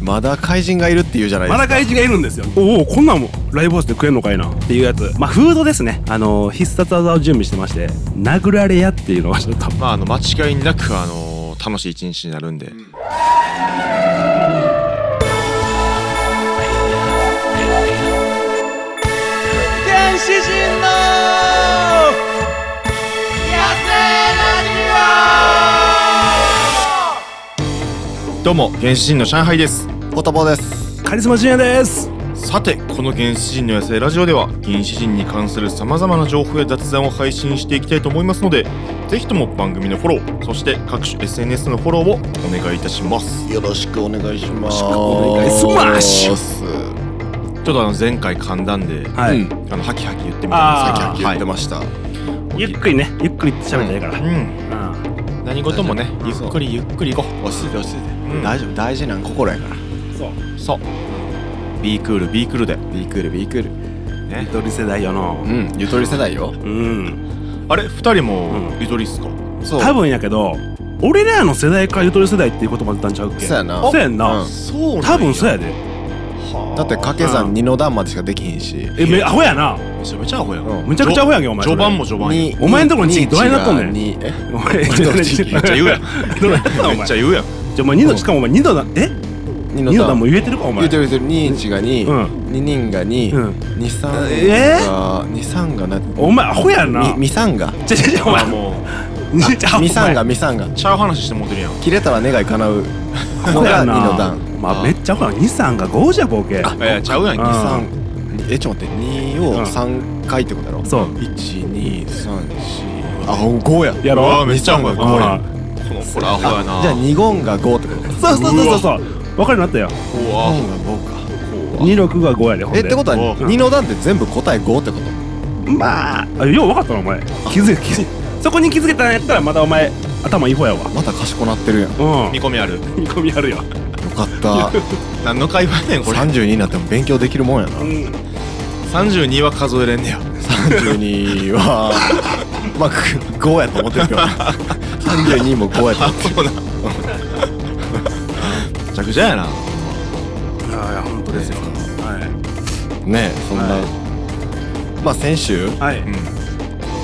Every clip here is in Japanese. まだ怪人がいるっていうじゃないでますかだ怪人がいるんですよおおこんなんもライブハウスで食えんのかいなっていうやつまあフードですねあの必殺技を準備してまして殴られ屋っていうのはちょっとまああの間違いなくあの楽しい一日になるんで、原始人のどうも原始人の上海ですおたぼですカリスマ純也ですさてこの原始人の野生ラジオでは原始人に関する様々な情報や雑談を配信していきたいと思いますのでぜひとも番組のフォローそして各種 SNS のフォローをお願いいたしますよろしくお願いしますよろしくお願いしますちょっとあの前回噛んだんではい、うんあのハキハキ言ってみたんですさあっき言ってました、ゆっくりねゆっくり喋っていいから、うんうん何事もねうんゆっくりゆっくりいこ落ち着いて落ち着いて、うん大丈夫大事なん心やからそううそう B クール B クールでビークールビークールゆとり世代よのうんゆとり世代ようんあれ二人もうんゆとりっすかそう多分やけど俺らの世代からゆとり世代っていう言葉出たんちゃうっけそうやなそうやんな、うんそう多分そううやでだって掛け算二の段までしかできひんしえめアホやなめちゃめちゃアホやんうんむちゃくちゃアホやんけお前序盤も序盤やんにお前んとこの地域にどないなっとんねんにえお前めっちゃめっちゃ言うやんめどうやったお前っちじゃゃ言うやあんお前二のしかもお前二のだえ二二のだも言言えてるかお前うてる言うてる二一がにうん二人がにうん二三えが二三がなお前アホやなみみさんがちゃちゃちゃおま前あもうじいちゃんお前みさんがみさんがちゃう話してもうてるやん切れたら願い叶うアのホがや二なの段まあめっちゃアホや二三が五じゃボケいやいやちゃうやんけあ三えちょっと待って二うをん三回ってことやろそう一二三四あ五ややうろわめっちゃアホやこれあこの子らアホやなじゃあ二言が五ってことかそうそうそうそうそうわかるようになったようわ二言が五か二六が五やでほんえでってことはうん二の段って全部答え五ってことまああよう分かったなお前気づけ気づけそこに気づけたんやったらまだお前頭いい方やわまた賢なってるやんようん見込みある見込みあるよかった何の会話やねんこれ32になっても勉強できるもんやなうん32は数えれんねや32はまあ5やと思ってるけど32も5やと思ってるそうだめちゃくちゃやなああいや本当ですよはねえそんな、はまあ先週いはいうん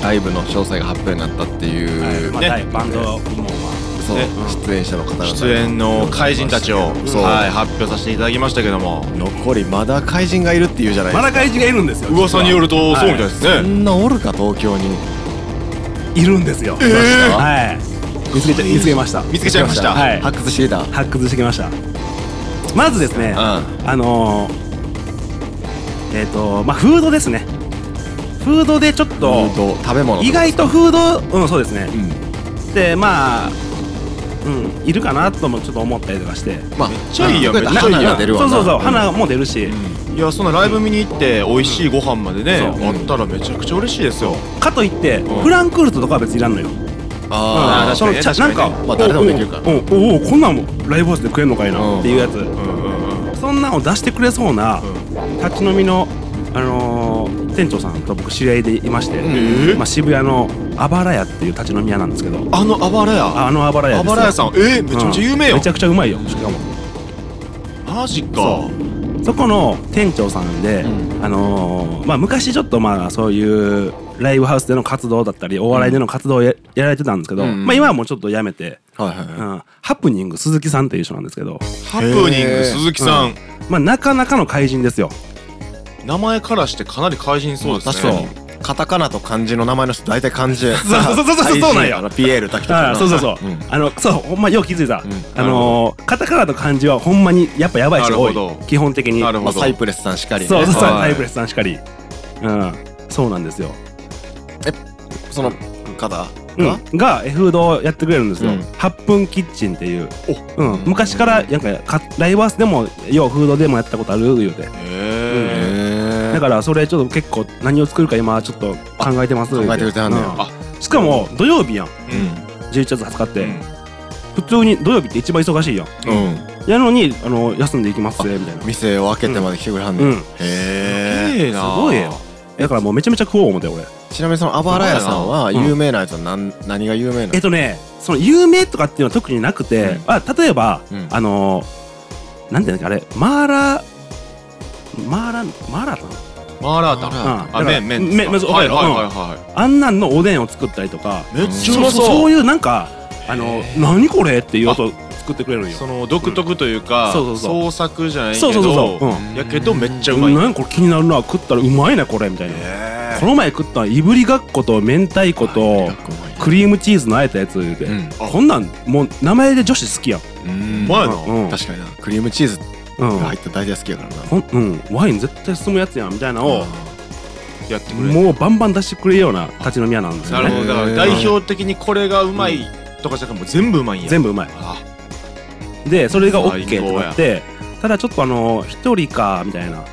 ライブの詳細が発表になったっていう、まあね第バンド部門はそうね出演者の方々出演の怪人たちをそう、はい発表させていただきましたけども残りまだ怪人がいるっていうじゃないですかまだ怪人がいるんですよ噂によるとはいそうみたいですそねんなおるか東京にいるんですよいましたはい見つけちゃ見つけました見つけちゃいましたはい発掘していた発掘してきましたまずですねあうのーえっとまあフードですねフードでちょっとんと食べ物意外とフードうんそうですねうんでまあうんいるかなともちょっと思ったりとかしてまあめっちゃいいやんうんめっちゃいいやん花が出るわそなうそうそう花も出るし、いやそんなライブ見に行って美味しいご飯までねそうあったらめちゃくちゃ嬉しいですよかといって、うんフランクフルトとかは別にいらんのよああーその確かにねちゃ確なかんにか、ねまあ誰でもできるからおおおおこんなんもライブハウスで食えんのかいな、うんっていうやつ、うんうんうんそんなんを出してくれそうな、立ち飲みの、あのー店長さんと僕知り合いでいまして、えーまあ、渋谷のあばら屋っていう立ち飲み屋なんですけどあのあばら屋ああのあばら屋あですばら屋さんえーめちゃめちゃ有名うんよめちゃくちゃうまいよしかもマジかそそこの店長さんで、あのーまあ、昔ちょっとまあそういうライブハウスでの活動だったりお笑いでの活動をや,、やられてたんですけど、うんまあ、今はもうちょっとやめて、あはいはいはいうん、ハプニング鈴木さんっていう人なんですけど、ハプニング鈴木さんまあ、なかなかの怪人ですよ名前からしてかなり怪人そうで確すかにねカタカナと漢字の名前の人大体漢字そうそうそうそうそうそうなんよピエール滝とかあなあそうそうそう、んあのそうほんまよう気づいた、んあのーカタカナと漢字はほんまにやっぱやばい人多いなるほど基本的になるまほあどサイプレスさんしかりねそうそうそう、はタいイプレスさんしかりうんそうなんですよ、その方がうん、がえフードをやってくれるんですよ、うん8分キッチンっていう、うん、昔からなんかかライブハウスでもようフードでもやったことある言うてへへえだえからそれちょっと結構何を作るか今ちょっと考えてます考えてくれてはんねやうあしかも土曜日やんう11月20日って、ん普通に土曜日って一番忙しいやんうんやのにあの休んでいきますぜみたいな店を開けてまで来てくれはんねうんんへえええなすごいよだからもうめちゃめちゃ食おう思って俺ちなみにそのあばら屋さんはすごいな有名なやつは何何が有名なえっとねその有名とかっていうのは特になくて、あ例えば、うんあのーなんていうんだっけあれマーラマーラマーラタンマーラータンうんあだから麺麺麺麺そうはいはいうんはいはあんなんのおでんを作ったりとかいめっちゃうそまうそうそういうなんかあの何これっていう音作ってくれるんよその独特というか、うんそうそうそう創作じゃないけそうどそうそうそううんやけどめっちゃうまい、何これ気になるな食ったらうまいなこれみたいなこの前食ったいぶりがっこと明太子とクリームチーズのあえたやつで、うんこんなんもう名前で女子好きやん、うんまいなうん確かになクリームチーズうんが入った大体好きやからなほんうん、ワイン絶対進むやつやんみたいなのを、やってくれるもうバンバン出してくれるような立ち飲み屋なんですなよるねほどだから代表的にこれがうまいとかじゃなくてもう全部うまいんや全部部うまいあでそれが最高や OK となってただちょっとあの一人かみたいな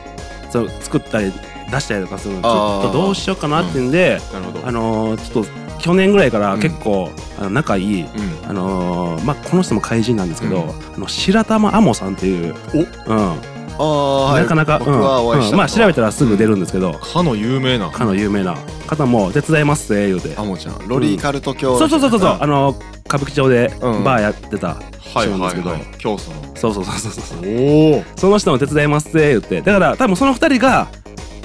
そう作ったり出したりとかするのちょあーっとどうしようかなっていうんで、なるほどあのーちょっと去年ぐらいから結構、あの仲いいうんあのーまあ、この人も怪人なんですけど、うんあの白玉アモさんっていう、おうん、ああはいなかなか、僕はお会いしうたんまあ、調べてたらすぐ出るんですけど、かの有名なかの有名な方も手伝いますぜ言うてアモちゃんロリーカルト教そうそうそうそう、うんあの歌舞伎町でうんバーやってた、はいそうなんではすいけどはい競争のそうそうそうそうそうおおその人も手伝いますぜ言ってだから多分その二人が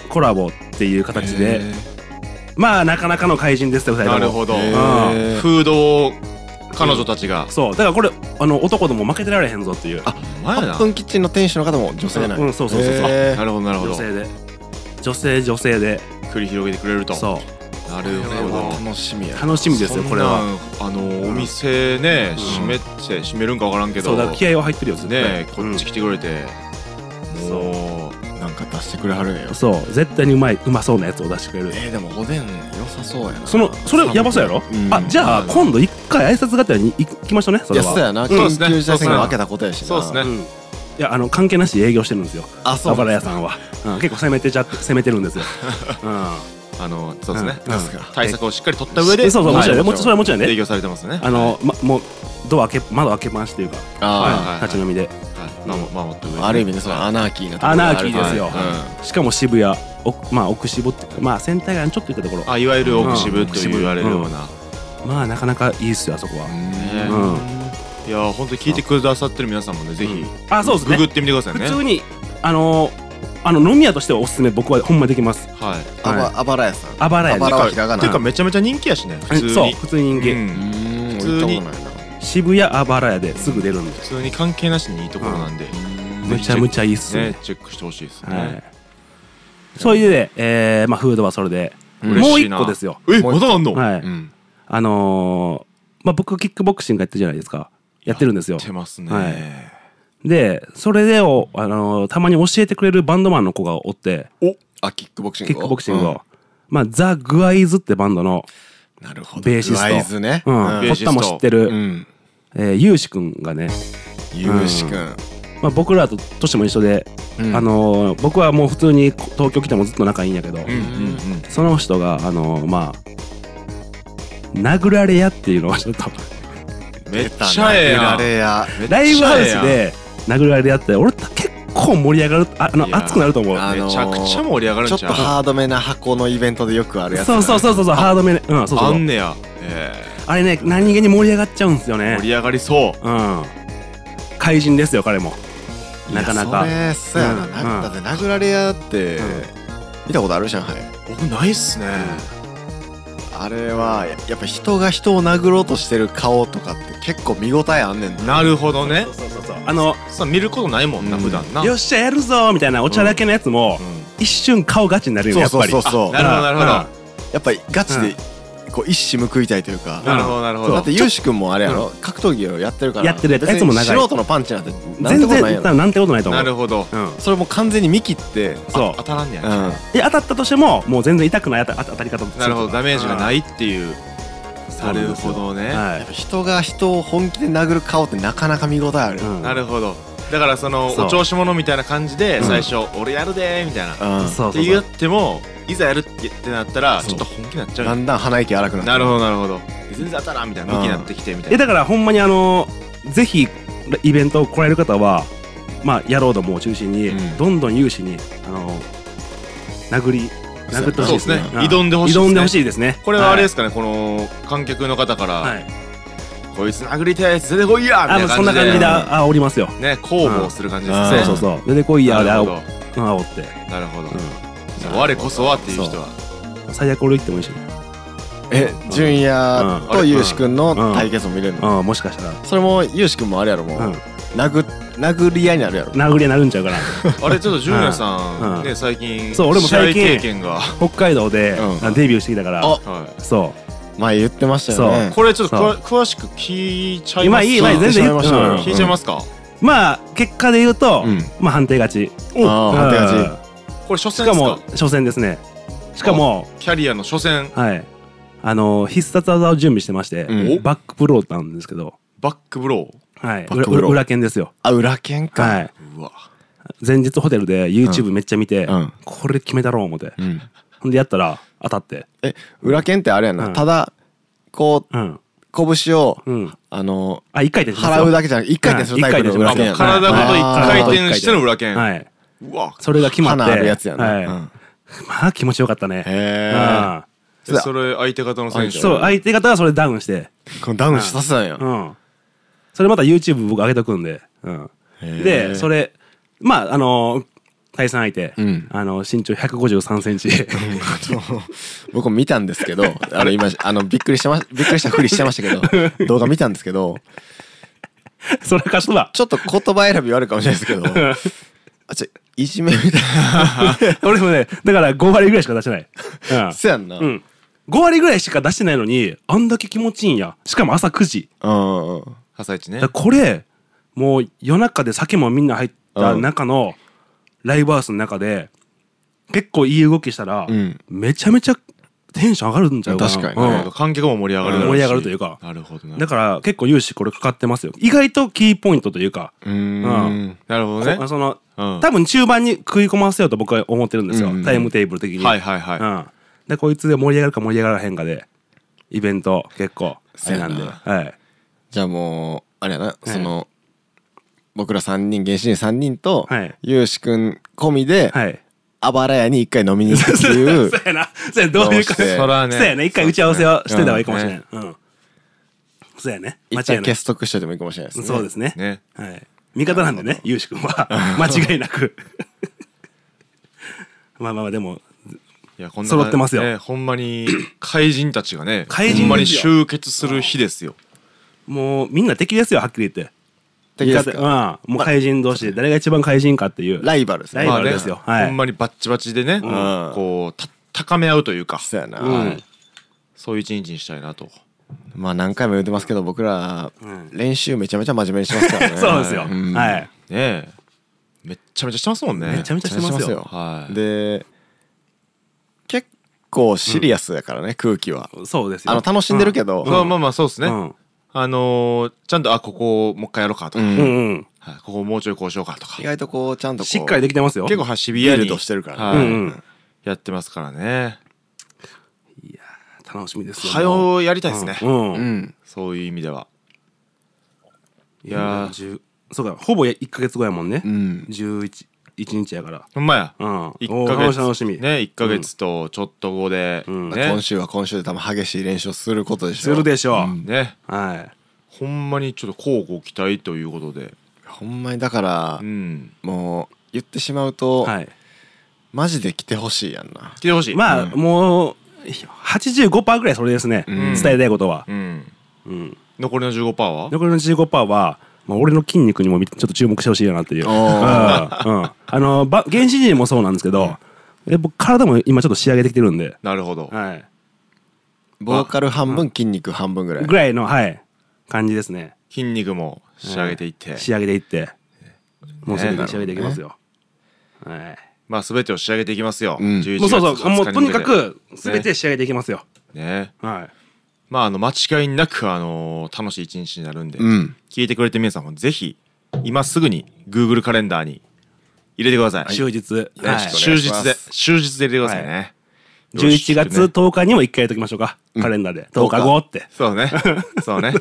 コラボっていう形でまあなかなかの怪人ですって二人ともなるほどへーーフードを彼女たちがそうだからこれあの男ども負けてられへんぞっていうあお前や8分キッチンの店主の方も女性なんうやんそうそうそうそうへーなるほどなるほ女ど性で女性女性で繰り広げてくれるとそうなるこほれどは楽しみや楽しみですよこれはそんなんあのお店ねん閉めて閉めるんかわからんけどそうだから気合は入ってるよ絶対ねこっち来てくれてうんもうなんか出してくれはるんやうんそう絶対にうまいうまそうなやつを出してくれるえーでもおでん良さそうやなそのそれやばそうやろ、うんあじゃあ今度一回挨拶がてらに行きましょうねそいれやはそうやなそうですね緊急事態宣言を開けたことやしなそうですねうんいやあの関係なしで営業してるんですよあそう和原屋さんは、うん、結構攻めてちゃ って攻めてるんですよ、うん、あのそうですねうんですか対策をしっかり取った上でそうそうもちろんねはいもちそれはもちろん営ね業されてますねあの、ま、もうドア開け窓開けましていうか、はいあはい立ち飲みではい守守った上ーである意味ねそのアナーキーなところアがあナるーキーですよ、はしかも渋谷奥まあ奥渋っていうかまあセンター街にちょっと行ったところあいわゆる奥渋とうん言われるようなまあなかなかいいっすよあそこは、ねうんいや本当に聞いてくださってる皆さんもねぜひあそうですねググってみてくださいね普通にあのあの飲み屋としてはおすすめ僕はほんまできますはいあはばあばら屋さんあばらやあばでらはひらがなてかめちゃめちゃ人気やしね普通にそう普通に人気、うん普通に渋谷あばらやですぐ出るんで普通に関係なしにいいところなんでめちゃめちゃいいっすねねチェックしてほしいですはねいそういうで、えーまあ、フードはそれでも嬉うしい一な個ですよえまだあんのはい、あのーまあ、僕キックボクシングやってるじゃないですかやってるんですよてますはねでそれでを、あのーたまに教えてくれるバンドマンの子がおってあキックボクシングキックボクシングを、まあ、ザ・グアイズってバンドの、うんなるほどベーシストワイズねうんうんベ堀ーシスト田も知ってる、うんえー、ゆうしくんがね、ゆうしくんまあ、僕らと年も一緒で、うんあのー僕はもう普通に東京来てもずっと仲いいんやけど、うんうんうんその人があのーまあ殴られ屋っていうのをちょっとめっちゃええやんれやめっちゃラえイえブやんハウスで殴られ屋って俺た結構盛り上がるああのいや熱くなると思うあのーめちゃくちゃ盛り上がるちょんっとちゃうハードめな箱のイベントでよくあるやつそうそうそうそうそうハードめねうんそうそうあそうんねやえあれね何気に盛り上がっちゃうんですよえね盛り上がりそううん怪人ですよ彼もなかなかいやそれそうやなうんなだって殴られ屋ってうん見たことある上海僕ないっすねあれはややっぱ人が人を殴ろうとしてる顔とかって結構見応えあんねんななるほどねそうそうそうあのさ見ることないもんなうん普段なよっしゃやるぞみたいなおちゃらけのやつもうん一瞬顔ガチになるよねそやうっぱそうりそうそうなるほどなるほどやっぱりガチでこう一矢報いたいといううんかなるほどなるほどだってゆうしくんもあれやろ格闘技をやってるからやってるやつ別にやつも長い素人のパンチなんてうんなんて全ことないや然ろなんてことないと思なうるほどうんそれもう完全に見切ってそう当たらんねうやんで当たったとしてももう全然痛くない当た当たり方なるほどダメージがないいっていうなるほどねはやっいぱ人が人を本気で殴る顔ってなかなか見応えあるうんなるほどだからそのそうお調子者みたいな感じでうん最初俺やるでーみたいなうっんそうそてうそ言うってもいざやるってってなったらそうちょっと本気になっちゃだうんだん鼻息荒くなってなるほどなるほど全然当たらんみたいなうん向きになってきてみたえいなだからほんまにあのぜひイベントを来られる方はまあ野郎どもを中心に、うんどんどん有志にあの殴り殴ってほしいですねそうですね挑んでほしいですね挑んでほしいですねこれはあれですすかねこの観客の方かはい、らはいこいつ殴りてえやつ出てこいやあみもうたそいんなな感感じじでであおりますよね攻防する感じですうねんそうそうそう出てこいやでなあるおほど煽ってなるほどうん我こそはっていう人は最悪俺行ってもいいしえ純也とゆうしくんのうん対決も見れるのうんもしかしたらそれもゆうしくんもあれやろもううん殴殴り合いになるやろ殴りになるんちゃうからあれちょっと純也さうんんね最近そう俺も最近試合経験が 北海道でうんあデビューしてきたからあはそ前言ってましたようねいこれちょっとそう詳詳しく聞いちゃういま今すいい今いい全然いい聞いちゃいましょうようん聞いちゃいますかまあ結果で言うとうんまあ判定勝ちおあー判定勝ちうんこれ初し戦でかすもか初戦ですねしかもキャリアの初戦はいあの必殺技を準備してましてうんバックプローなんですけどバックブロはいバックブロー裏裏剣ですよあ裏剣か、はいーうわ前日ホテルで YouTube めっちゃ見て、うんこれ決めたろう思って、うんほんでやったら当たってえ裏剣ってあれやな、うんただこううん拳を、うんあのあ一回転します払ようだけじゃなく一回転するうんタイプの一回裏あ転剣もやうな体ごと一回あー転しての裏剣はういわそれが決まって花あるやつやな、はいうんまあ気持ちよかったねへーあでそれ相手方の選手そう相手方はそれダウンしてこのダウンさせたんや、うんそれまた YouTube 僕上げとくんで、うん、でそれれまああの対戦相手、うんあの身長1 5 3ンチ 僕も見たんですけどあの今あのびっくりしてましびっくりしたふりしてましたけど 動画見たんですけどそれかしらちょっと言葉選び悪いかもしれないですけどあちょいじめみたい俺もねだから5割ぐらいしか出してない、 うなんそやんな、うん、5割ぐらいしか出してないのにあんだけ気持ちいいんやしかも朝9時うんうん朝一ねだからこれもう夜中で酒もみんな入った中のライブハウスの中で結構いい動きしたら、うんめちゃめちゃテンション上がるんちゃうかな確かにねうんなるほど観客も盛り上がるだろう盛しり上がるというかなるほどなだるほから結構有志これかかってますよ意外とキーポイントというか、うーんどなるほどねこその、うん多分中盤に食い込ませようと僕は思ってるんですよ、うんタイムテーブル的に、はいはいはいうん、でこいつで盛り上がるか盛り上がらへんかでイベント結構あれなんで、そうやはい、じゃあもうあれやな、いその僕ら3人原始人3人と、はいゆうしくん込みで、はい。あばら屋に一回飲みに行くっていう そうやな。そうやなどういどうう感じ。してそうやね。一回打ち合わせはしてた方がいいかもしれない。うん。そうやね。一間違い回ない。結束しといてもいいかもしれないですねそうですね。ねはい。味方なんでね、ゆうし 君は。間違いなく。 まあまあまあ、でも、いやこんな揃ってますよねほんま に怪人たちがね怪人ですよほんまに集結する日ですよもうみんな敵ですよ、はっきり言って。敵です味か方うん。もう怪人同士で、誰が一番怪人かっていう。ライバルですねライまバあルねですよはいほんまにバッチバチでねんこうた高め合うというかそうやな、うんそういう一日にしたいなとまあ何回も言ってますけど僕らん練習めちゃめちゃ真面目にしてますからね そうですよ。んはい。ねえめっちゃめちゃしてますもんねめちゃめちゃしてますよ。はいで結構シリアスやからね、空気はそうですよ。あの楽しんでるけど、まあまあまあそうですうねん。うんあのーちゃんとあここをもう一回やろうかとかうんうんうん。はいここもうちょいこうしようかとか意外とこうちゃんとこうしっかりできてますよ。結構はシビアビにルドしてるからはねいうんうんやってますからね楽しみですよ。早もううやりたいですねうん。うんそういう意味ではいやー10そうかほぼ1か月後やもんね、うん11一日やからほんまやうん一おヶー楽月しみ楽しみね一ヶ月とちょっと後で、うんね今週は今週で多分激しい練習をすることでしょするでしょう、ねはほんまにちょっと交互期待ということでほんまにだから、うんもう言ってしまうと、い、はい、マジで来てほしいやんな来てほしいまあ、うんもう85%ぐらいそれですね、ん伝えたいことは、うんうん、残りの15%は残りの15%はまあ、俺の筋肉にもみちょっと注目してほしいよなっていう、うんうん、おあのば原始人もそうなんですけど、やっぱ体も今ちょっと仕上げてきてるんで、なるほどはい、ボーカル半分筋肉半分ぐらいぐらいの、はい、感じですね筋肉も仕上げていって仕上げていって、もうすぐに仕上げていきますよ、はいまあ全てを仕上げていきますようん11もう月そう20そう、もうとにかく全ねて仕上げていきますよ。ねはまああの間違いなくあのー楽しい一日になるんでうん聞いてくれてる皆さんもぜひ今すぐに Google カレンダーに入れてくださいい。終日。ねはい。終日で終日で入れてくださいね、よろしく11ね月10日にも一回やっときましょうか。カレンダーで。10日後って。そうねそうね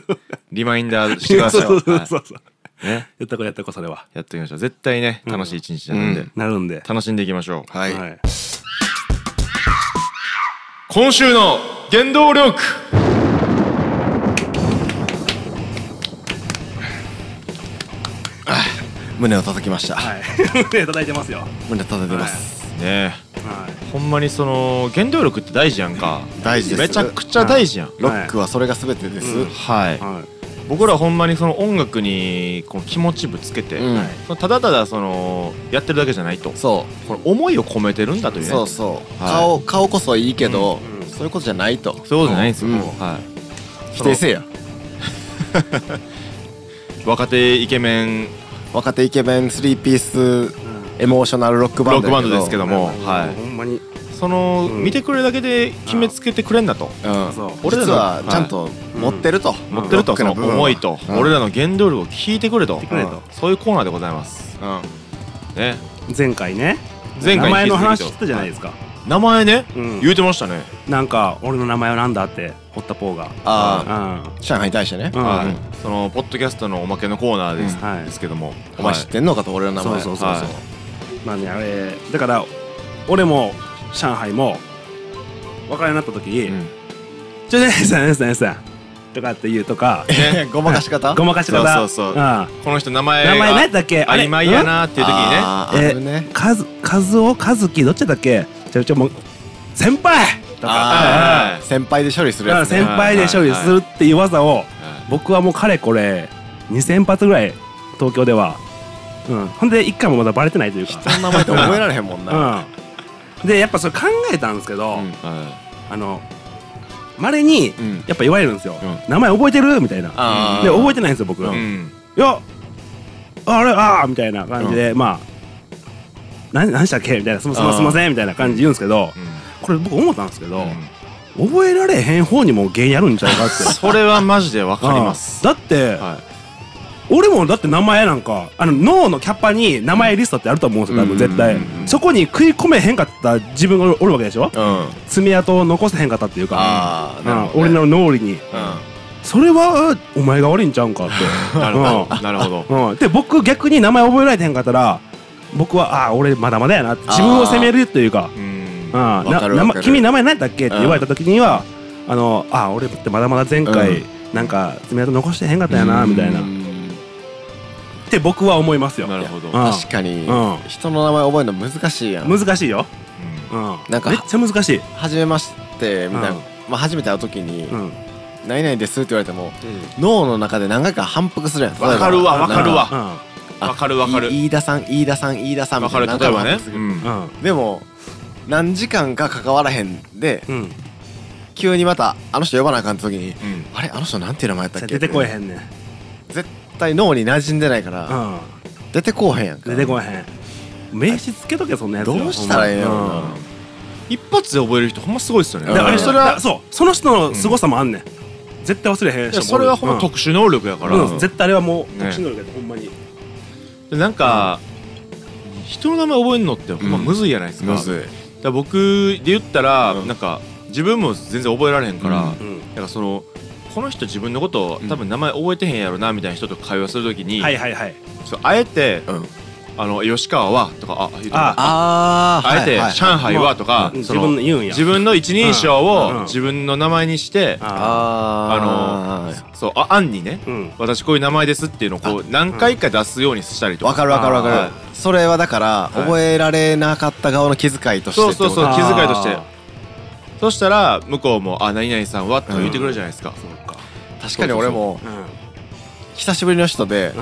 リマインダーしてください そうそうそうそう。はいねやったこやったこそれは。やっていきましょう絶対ね楽しい一日になるんで、なるんで。楽しんでいきましょう、はい、はい。今週の原動力胸を叩きました、はい。 胸叩いてますよ。胸叩いてます、ねはい。えほんまにその原動力って大事やんか大事ですめちゃくちゃ大事やんロックはそれが全てです、うんはい、はい。僕らほんまにその音楽にこの気持ちぶつけて、うんそのただただそのやってるだけじゃないとそこの思いを込めてるんだといううねそうそそう、はい顔顔こそいいけど、うんうんそういうことじゃないとういうことじゃないんですよ、うんはい否定せえや若手イケメン若手イケメン3ピースうんエモーショナルロックバンドやロックバンドですけどもはいほんまに。その、うん見てくれるだけで決めつけてくれんだとうんそう俺ら実ははちゃんと持ってると、ん持ってるロとックそなの部分は思いと、うん俺らの原動力を聞いてくれと聞いてくれとそういうコーナーでございますうんね前回ね。前回名前に引き続きとの話してたじゃないですか。名前ね、うん言うてましたねなんか俺の名前はなんだって堀田ポーが。あああ。上海に対してね、うん。ははいい。そのポッドキャストのおまけのコーナーです,、うんはいですけどもお前知ってんのかと俺の名前そうそうそうそはいうまあねあれだから俺も上海も別れになった時、うんちょねえさんねえさんねえさんとかって言うとか。えごまかし方ごまかし方。そうそうそうんこの人名前が名前何だっけあれ曖昧やなっていう時にねあーあるねカズカズオカズキどっちだっけちょちょもう先輩とかあー先輩で処理するだかやらつ、ね、先輩で処理するっていう技をは僕はもうかれこれ2000発ぐらい東京では、うん、ほんで一回もまだバレてないというか、人の名前って覚えられへんもんな、うん、でやっぱそれ考えたんですけど、うんはあのまれにうんやっぱ言われるんですよ、う名前覚えてるみたいなであー覚えてないんですよ僕、うい、いうんやあれああみたいな感じで、まあ何何したっけみたいなすみませんすいませんみたいな感じで言うんですけど、これ僕思ったんですけど、覚えられへん方にも原因あるんちゃう かってそれはマジでわかります。だって、はい。俺もだって名前なんかあの脳のキャパに名前リストってあると思うんですよ多分絶対、うんうんうんそこに食い込めへんかった自分がおるわけでしょうん爪痕を残せへんかったっていうかああうなるんほど、俺ね、の脳裏にそれはお前が悪いんちゃうんかっ てなるほど。なるほど。うん、うん、で僕逆に名前覚えられてへんかったら僕はああー俺まだまだやなって自分を責めるというかうん。あわあなかる名わか前る君名前何だっけって言われた時には、あのあ俺ってまだまだ前回、なんか爪痕残してへんかったやなみたいなっうんて僕は思いますよなるほど。うん確かに、うん人の名前覚えるの難しいやん難しいよ、ううん、なんかめっちゃ難しい、初めましてみたいな、うんまあ、初めて会う時にうん「何々です」って言われても脳の中で何回か反復するやんわかるわ例えばわかるわあわかるわかるい飯田さん飯田さん飯田さんわみかたいる。な例えばね何回も反。復すうるんう。んでも何時間か関わらへんでうん、うん、急にまたあの人呼ばなあかんって時にうん「あれあの人なんていう名前やったっけ?」出てこえんへんねん、絶対脳に馴染んでないから、う出てこうへんやんかん、出てこえへん名刺つけとけそんなやつよどうしたらええんやろほうんなま一発で覚える人ほんますごいですよね。うんだからうんそそれれははそうその人の凄さもあんねん、絶対忘れへん人もおるそれはほんま特殊能力やからう。んうん、絶対あれはもう特ね殊能力やでほんまに、でなんか人の名前覚えるのってほんまむずいじゃないですむか。だかずら僕で言ったらうんなんか自分も全然覚えられへんから。うんうんなんかそのこの人自分のことうん多分名前覚えてへんやろなみたいな人と会話するときに、はいはいはいそうあえて、うんあの吉川はとかあ言うてたあああえて上海はとか、うん自その分で言うんや自分の一人称うんうんを自分の名前にして、ああーあそうあ案にねあうん私こういう名前ですっていうのをこう何回か出すようにしたりとかわかるわかるわかる、はいそれはだから、い覚えられなかった側の気遣いとしてそうそうそうって気遣いとしてあそしたら向こうも「あ何々さんは」とか言ってくれるじゃないですか、そうかこと確かに俺もう久しぶりの人で、んうん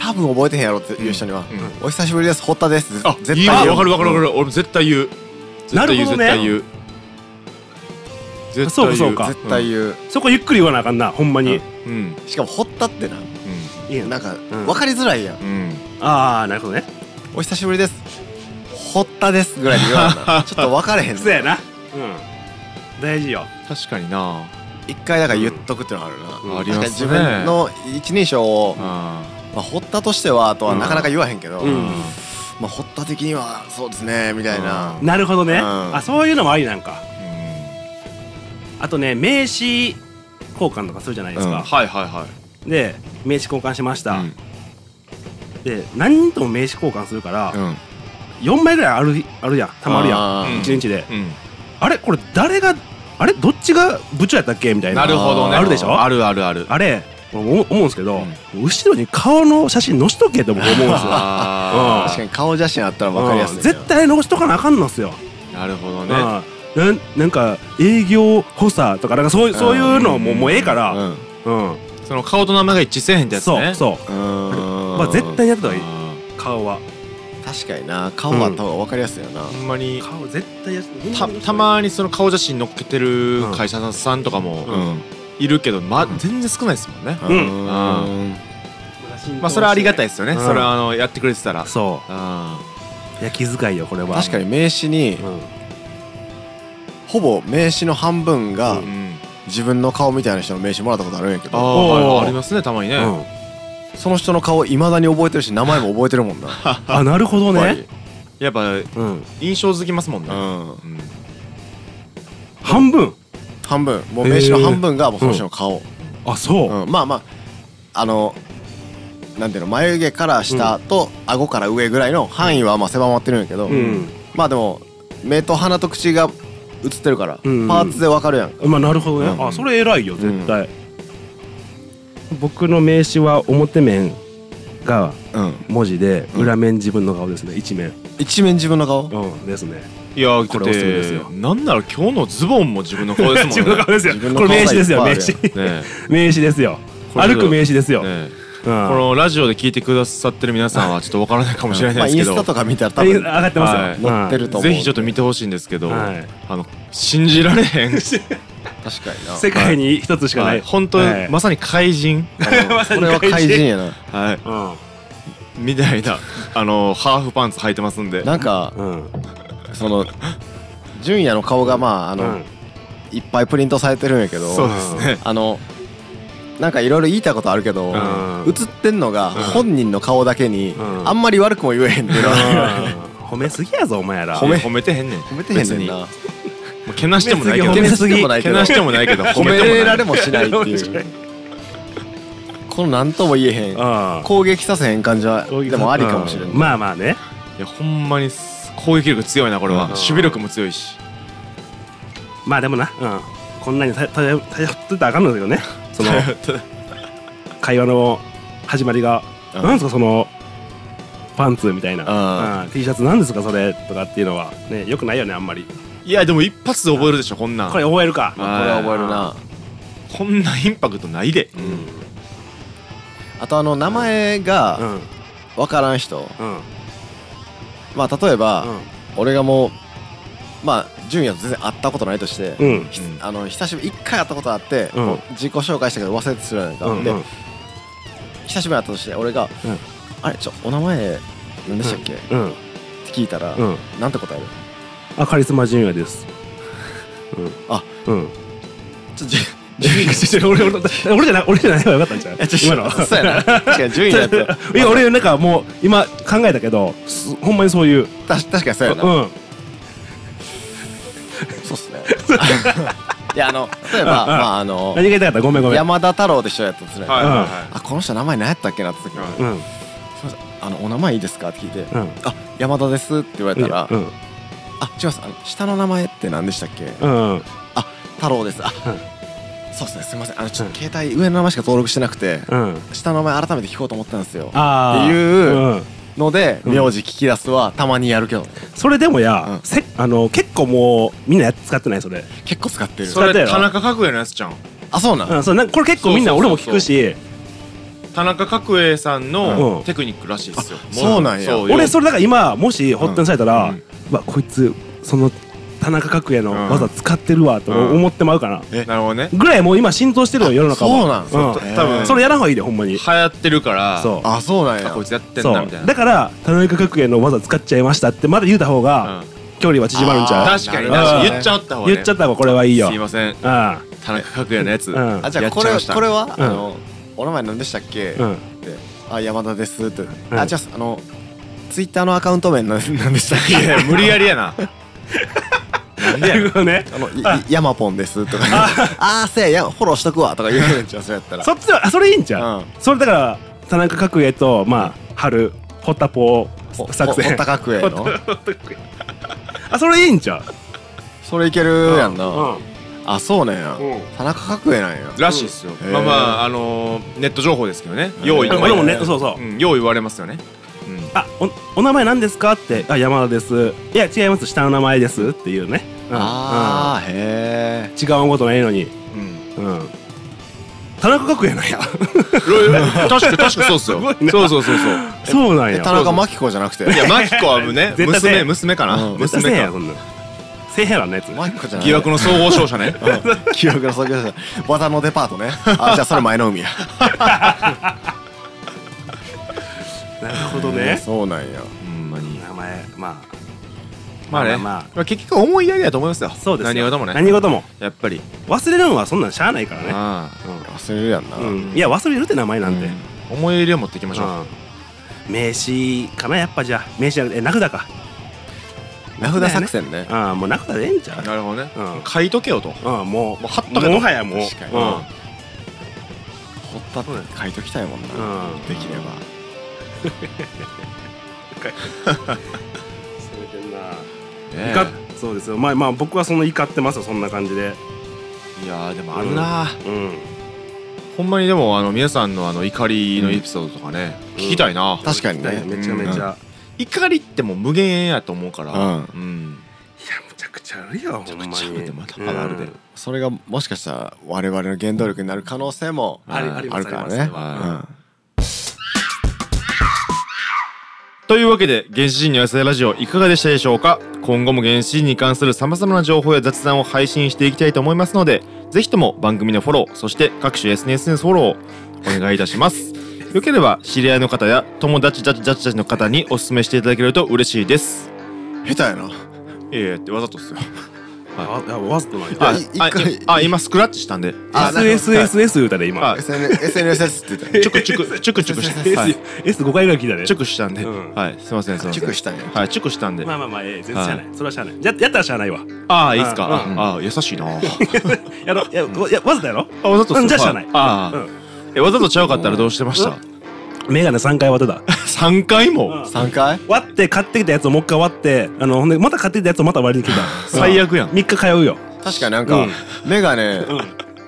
多分覚えてへんやろっていう人には、うんお久しぶりです堀田ですあ絶言対い言わうかるわかるわかる、俺も絶対言う絶対言うなるほど絶ね対言う絶対言うそうかそうか絶対言う、そこゆっくり言わなあかんなほんまにうんうんしかも堀田ってなあいいなんかん分かりづらいやん、うんああなるほどねお久しぶりです堀田ですぐらいで言わなちょっと分かれへんそうやなうん大事よ確かにな一回だから言っとくっていうのがあるな、うんあり確まかにす自ね分の一人称を、まああ、堀田としてはとはなかなか言わへんけど、うんーまあ、堀田的にはそうですねみたいな、うんなるほどねうんあそういうのもありなんかあとね名刺交換とかするじゃないですうんかはいはいはいで名刺交換しましたうんで何人とも名刺交換するからうん4枚ぐらいあるあるやんたまるやあんうんー1日でうんあれこれ誰があれどっちが部長やったっけみたいななるほどねあるでしょあるあるあるあれ思う思うんですけど、後ろに顔の写真載しとけって僕思うんです よあ確かに顔写真あったら分かりやすい、うん絶対載しとかなあかんのっすよ、になるほどうんねなんなんか営業補佐とかなんかそういうそういうのももうええから、うんうんその顔と名前が一致せえへんってやつそうねうそうままあ絶対にやった方がいいあ顔は確かにな顔はあった方が分かりやすいよな、ーほんまに顔絶対やったたたまにその顔写真載っけてる会社さんとかもうんいるけど、ま、全然少ないですもんね、うんうんまあそれはありがたいいですよね、うんそれはあのやってくれてたらそあういや気遣いよこれは確かに名刺にうんほぼ名刺の半分がううん自分の顔みたいな人の名刺もらったことあるんやけあーどおーありますねたまにね、うんその人の顔いまだに覚えてるし名前も覚えてるも んなあなるほどやっぱねりやっぱうん印象づきますもんうんね、うん半分半分もう名刺の半分がもうその人の顔、あそううんまあまああのなんていうの眉毛から下と顎から上ぐらいの範囲はまあ狭まってるんやけど、うんまあでも目と鼻と口が映ってるから、うんうんパーツでわかるやんまあなるほどね、うんあそれ偉いよ絶対、僕の名刺は表面がうん文字でうん裏面自分の顔ですね一面、一面自分の顔うん、ですねいやーこれだおっすすめてですよなんなら今日のズボンも自分の顔です 自分もんのね顔ですよ自分のこれ名刺ですよ顔がいっ名ぱいある刺ね 名刺ですよこれ歩く名刺ですよ、ねうん、このラジオで聞いてくださってる皆さんはちょっとわからないかもしれまなあいイでンすけスどタとか見たら多あ上分がってますよ、はい載ってると思うぜひちょっと見てほしいんですけど、はいあの信じられへんし確かにな世界に一つしかない、本当はいにまさに怪人あのこれは怪人やなはいうんみたいなあのハーフパンツ履いてますんでなんかうんその純也の顔がまああうの、んいっぱいプリントされてるんやけどそうですねあのなんかいろいろ言いたいことあるけど、ん映ってんのが本人の顔だけに、うんあんまり悪くも言えへんっていうのは 褒めすぎやぞお前ら褒め褒めてへんねん褒褒めてへんねんなけなしてもないけど褒めすぎけなしてもないけけどなしてもないけど褒褒めてめもならいれもしないっ ていうこの何とも言えへんあ攻撃させへん感じはでもありかもしれない、まあまあねいやほんまにす攻撃力強いなこれはうん守備力も強いしまあでもな、うん、こんなに頼頼頼ってたらあかんのだけどねその会話の始まりが「うんなんですかそのパンツ」みたいなあ「うん T シャツなんですかそれ」とかっていうのはねよくないよねあんまり いやでも一発で覚えるでしょこんなんこれ覚えるかこれは覚えるなこんなインパクトないであとあの名前うがん分からん人、うんうんまあ例えば、俺がもうまあ純也と全然会ったことないとして、うんうんひあの久しぶり1回会ったことあって、うん自己紹介したけど忘れてするやないか、うんで久しぶりに会ったとして俺が「うんあれちょお名前何でしたっけってうん聞いたら、うんなんて答えるあカリスマ純也ですうんあうんちょじゅ 俺俺俺じゃない俺じゃないわよかったんちゃうえちょ今のそうやな確かに順位のやつ いや俺なんかもう今考えたけどすほんまにそういうた確かにそうやな、うんそうっすねいやあの例えばまああの何が言いたかったごめんごめん山田太郎で一緒やったとするやんはいはいあこの人名前何やったっけなって時にはういんあのお名前いいですか?」って聞いてうん「あ山田です」って言われたら「うんあ違いますあの下の名前って何でしたっけうんうんあ太郎ですあ、そうですねすみませんあのちょっと携帯上の名前しか登録してなくて、うん下の名前改めて聞こうと思ったんですよああっていうんのでうん名字聞き出すはたまにやるけどねそれでもうやんせあの結構もうみんなやっ使ってないそれ結構使ってるそれだって田中角栄のやつじゃんあそうなん、うんそうなんこれ結構みんなそう俺そうそうも聞くし田中角栄さんうのんテクニックらしいですよあそうなんや俺それだから今もし発展されたらうんうわこいつその田中角栄のうん技使ってるわとうん思ってまうかなれなるほどねぐらいもう今浸透してるよ世の中もそうなんうんへー多分それやらんほうがいいでほんまに流行ってるからそうあそうなんあやこいつやってんそだみうたいだなから田中角栄の技使っちゃいましたってまだ言うた方がうん距離は縮まるんちゃう確かになるほど確かねに言っちゃった方がね言っちゃった方がこれはいいよすいませんあ田中角栄のやつうんあじゃあこれはやっちゃいましたこれは、うんあのお名前何でしたっけ、あうっんてあ山田ですって、んあじゃああのツイッターのアカウント名何何でしたっいやいけや無理やりやなな んでなやるねんほどねあのいいヤマポンですとか あーせややフォローしとくわとか言うんちゃうそうやったらそっちはあそれいいんちゃう、うんそれだから田中角栄とまあ春ホタポお作おお戦高くへのあそれいいんちゃうそれいけるやんな、うんあそうなんやうん田中角栄なんやらしいですよ、うんまあまへーああのー、ネット情報ですけどねようい言やわ俺れもますねそうそう、うんよう言われますよね、うん、あおお名前何ですかってあ山田ですいや違います下の名前ですっていうね、うん、ああへえうん違うことないのにうんうん田中角栄なんや確か確かそうっすよ すごいなそうそうそうそうそうなんえや田中真紀子じゃなくていやマキコはね 絶対せえ娘娘かな、うん絶対せえ娘へんやかそんなんせえへんやろあんなやつ真紀子じゃない疑惑の総合商社ねうん記憶の創業者技のデパートねあじゃあそれ前の海やなるほどえーねそうなんやほんまに名前まあまあね、まあまあまあ結局思いやりだと思いますよそうですよ何事もね何事もやっぱり忘れるのはそんなんしゃあないからねあ忘れるやんな、うん、うんいや忘れるって名前あなんで、うん思い入れを持っていきましょう、うん名刺かなやっぱじゃあ名刺じゃなくてえ名札か名札作戦ねああもう名札でええんちゃなるほどね、ううん書いとけよとああもうもう貼っとけともはやもう確かにほったって書いときたいもんな、うでんきればねえ怒っそうですよまあまあ僕はその怒ってますよそんな感じでいやーでもあるなー、うんほんまにでもあの皆さんのあの怒りのエピソードとかね、うん聞きたいな、確かにねめちゃめちゃ、うんいや怒りってもう無限やと思うからうんうんむちゃくちゃあるよほんまめちゃくちゃあるにでまだまだあるでうんそれがもしかしたら我々の原動力になる可能性もありありますからあねり、うまん、というわけで原始人の野菜ラジオいかがでしたでしょうか今後も原始人に関するさまざまな情報や雑談を配信していきたいと思いますのでぜひとも番組のフォローそして各種 SNS フォローをお願いいたし ますよければ知り合いの方や友達たちたちの方にお勧めしていただけると嬉しいです下手やないやいやってわざとっすよああわざとないあい一あ回いあ今スクラッチしたん であ なるほど SSSS 言うたで今あ SN SNS ですって言ってチュクチュクチュクチュクして、はい、 S5 回ぐらい聞いたでチュクしたんで、うんはいすいませんすいません熟したんやはいチュクしたんで、まあまあまあええ全然しゃあないそれはしゃあないじゃやったらしゃあないわああいいっすかあうあ優しい なあやろいやいやわざとやろわざとっすうんじゃあしゃあないああ、えわざとちゃうかったらどうしてましたメガネ3回割ってた三回も、うん3回割って買ってきたやつをもう一回割ってあのほんでまた買ってきたやつをまた割りに来た 最悪やん3日通うよ確かになんか、うんメガネ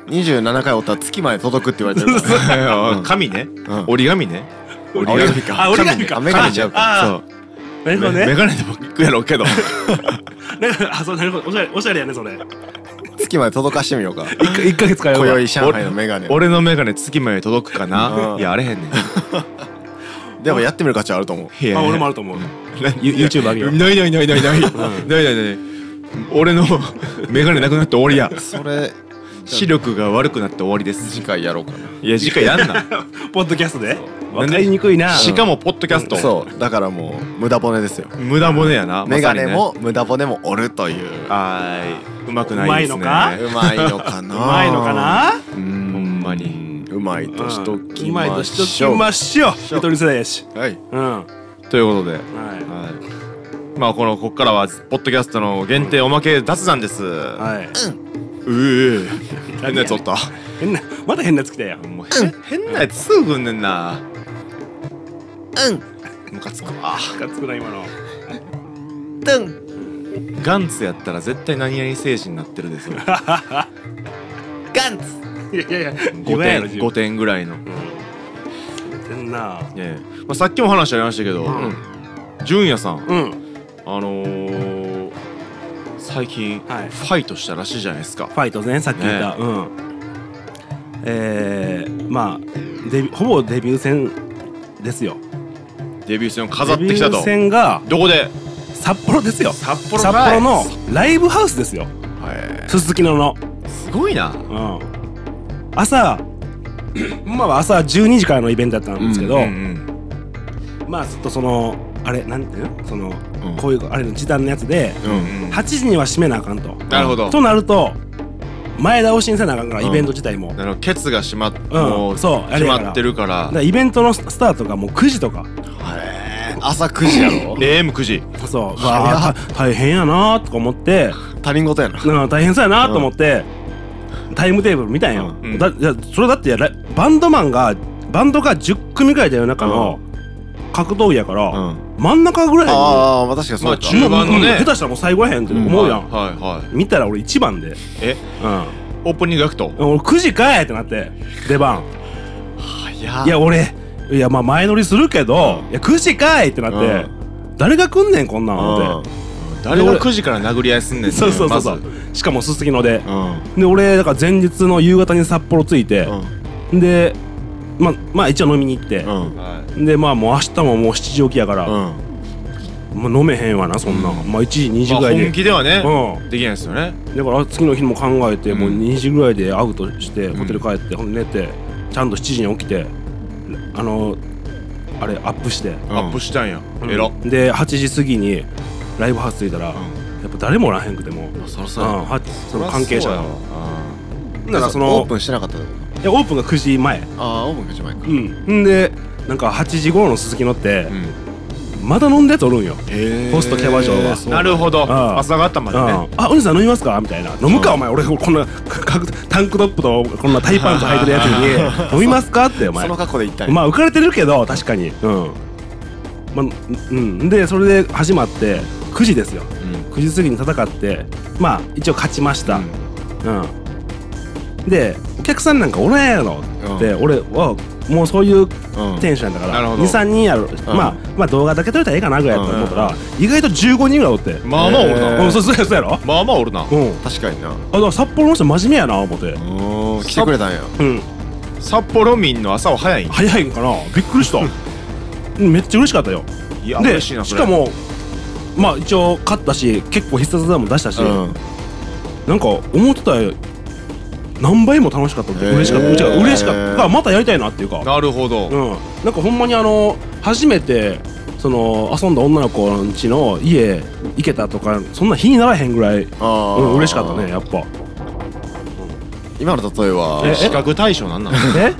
27回折ったら月まで届くって言われてる から、ね、 紙ね、ん折り紙ね折り紙かあ折り紙かあメガネちゃうかあそあうなるほどメねガネでも行くやろう けどなんかあそうなるほどおしゃれおしゃれやねそれ月まで届かしてみよう か一か一ヶ月通うわ今宵上海のメガネ俺のメガネ月まで届くかな、うんいやあれへんねんでもやってみる価値はあると思ういや あ俺もあると思うユ YouTube あげようないないないないないないないないない俺の メガネなくなって終わりやそれ視力が悪くなって終わりです次回やろうかないや次回やんな ポッドキャストでわかりにくいな しかもポッドキャスト、そうだからもう無駄骨ですよ無駄骨やなメガネ、まも無駄骨も折るというさにねはーいうまくないですうねまいあうまいのかなうまいのかうなほんんまにうまいとしときうまいとましとしきょうましょう一人世代やしはいうんはということで、はいい、まあこのこっからはポッドキャストの限定おまけ雑談です、ははいうえ変なやつおった変なまだ変なやつ来たやんもうへ変なやつすぐ来んねんなうんムカつくわがつくな今のガンツやったら絶対何々精神になってるですよいやいやいや 5言わんやろ点自5分点ぐらいのうんてんなええまあ、さっきも話ありましたけど、ん純也さん、うんあのー、最近、はいファイトしたらしいじゃないですかファイトねさっき言ったうんえーまあデビほぼデビュー戦ですよデビュー戦を飾ってきデたビュとー戦がどこで札幌ですよ札幌札幌のライブハウスですよはすすきののすごいなうん朝 まあ朝12時からのイベントだったんですけど、んまあちょっとそのあれなんていうのその、うんこういうあれの時短のやつでうんうん8時には閉めなあかんと。なるほどとなると前倒しにせなあかんから、うんイベント自体も。だなるほどケツが閉まっ、んもうそうあ決れやからまってるからからイベントのスタートがもう9時とかい朝9時やろ AM9 時そう早っわあた大変やなーとか思って他人事やなうん大変そうやなーと思って、タイムテーブル見たんよ、うんだいやそれだってラバンドマンがバンドが10組ぐらいだよ中の格闘技やから、うん真ん中ぐらいにああまあ確かにそうか、まあ中盤のねうん下手したらもう最後らへんって思うやん、はいはいはい見たら俺1番でえうんオープニングアクト俺9時かいってなって出番早いや俺いやまあ前乗りするけど、いや9時かいってなって、誰が来んねんこんなん思っ誰が9時から殴り合いすんねてんねそうそうそうそまうずしかもすすきのでうんで俺だから前日の夕方に札幌着いて、でまあまあ一応飲みに行ってう、んうんはでまあもう明日ももう7時起きやから、うんもう飲めへんわなそんなん、まあ1時2い時まあぐらいで、本気ではねうできないですよねんだから次の日も考えて、もう2時ぐらいでアウトしてんホテル帰って、ほんで寝てちゃんと7時に起きてあのあれアップして、んアップしたんやえらで8時過ぎにライブハウス着いたら、やっぱ誰もおらへんくても、うん、そろそろはその関係者がだからそオのープンしてなかったのいやオープンが9時前ああオープンが一番いいかうんんでなんか8時頃の鈴木乗ってう、んまだ飲んでやつおるんよ、ホストキャバ嬢はそうなるほどああ朝方まうでんねあ、お兄さん飲みますかみたいな「飲むかお前俺こんなかかタンクトップとこんなタイパンツ履いてるやつに飲みますか?」ってお前その格好で行ったりまあ浮かれてるけど確かにうんまあうんでそれで始まって9時ですよ9時過ぎに戦ってまあ一応勝ちましたうん、でお客さんなんかおらんやろって、俺はもうそういううんテンションだかなるらほど23人やろ、まあまあ動画だけ撮れたらええかなぐらいやと思ったら、意外と15人ぐらいおって、まあまあおるえなーうんそうそうやそうやろまあまあおるなうんあ確かになだから札幌の人真面目やな思ってうん来てくれたんやうん札幌民の朝は早いんや早いんかなびっくりしたうんめっちゃ嬉しかったよいやで嬉しいなしそれかもまあ一応勝ったし結構必殺技も出したし、うんなんか思ってたより何倍も楽しかったってへー嬉しかったうちが嬉しかっただからまたやりたいなっていうかなるほどうんなんかほんまにあの初めてその遊んだ女の子の家の家行けたとかそんな日にならへんぐらい、ああうん、嬉しかったねやっ ぱ今の例ええは比較対象なんなの え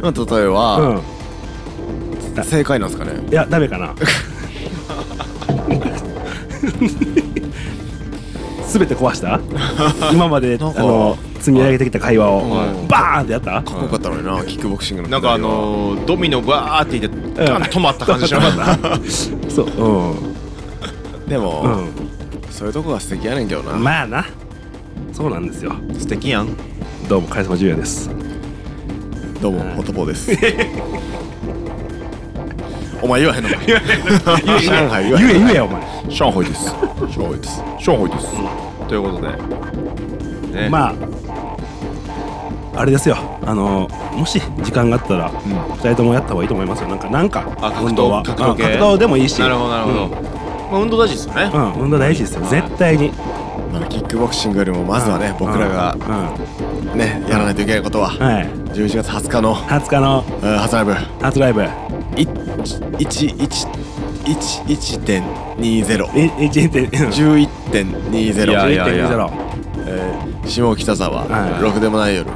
今の例えうはん正解なんですかねいやダ メかな全て壊した今まであなんかの積み上げてきた会話をはいバーンってやったかっこよかったのになキックボクシングのなんかあのードミノバーっていってガン止まった感じしま止す なそうでうもんそういうとこが素敵やねんけどうんなまあなそうなんですよ素敵やんどうもカリスマジュですどうもホトポーです お 前言わへんのか上海言わへん言え言えよお前上海です上海です上海ですということでねまああれですよあのもし時間があったら2人ともやった方がいいと思いますよなんかなんかあ格運動は闘格闘うん系格闘でもいいしなるほどなるほどまあ運動大事ですよねうん、運動大事ですよ絶対にまあキックボクシングよりもまずはね僕らがうねやらないといけないことんははい11月20日の20日のうん初ライブ初ライブ11.20 1.20 11.20いやいやえー下北は沢いろくでもない夜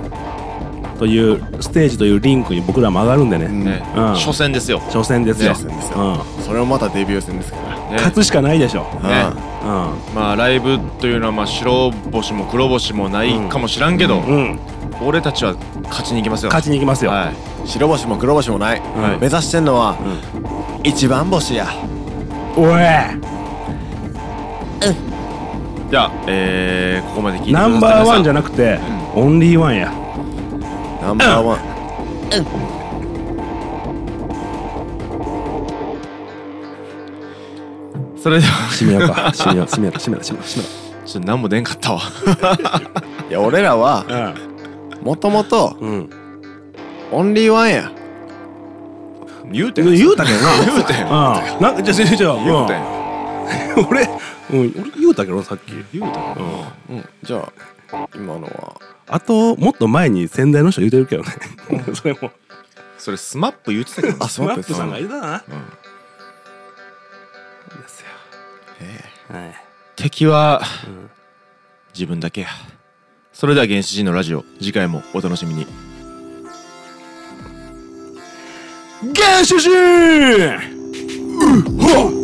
というステージというリンクに僕らも上がるんでねねうん初戦ですよ挑戦ですよ初戦ですうんよそれもまたデビュー戦ですからね勝つしかないでしょねうんまあライブというのはまあ白星も黒星もないかもしらんけどうん俺たちは勝ちに行きますよ勝ちに行きますよはうん白星も黒星もないはい目指してんのは一番星やおいいじゃあえーここまで聞いてくだナさいンバーワンじゃなくてオンリーワンやナンバー ワンそれでは締めようか締めよう締めよう締めよう締めよう締ちょっと何も出んかったわいや俺らはめよもともとううんオンリーワンや 言う て言うたけどな言うてんうんなんかじゃあじゃあ言うてうん 俺うん俺言うたけどなさっき言うたうんうんじゃあ今のはあともっと前に先代の人言うてるけどね それもそれスマップ言ってたけどなあススママッッププさんがえ言うたなそうですよはい敵はん自分だけやそれでは原始人のラジオ次回もお楽しみに原始人うっほっ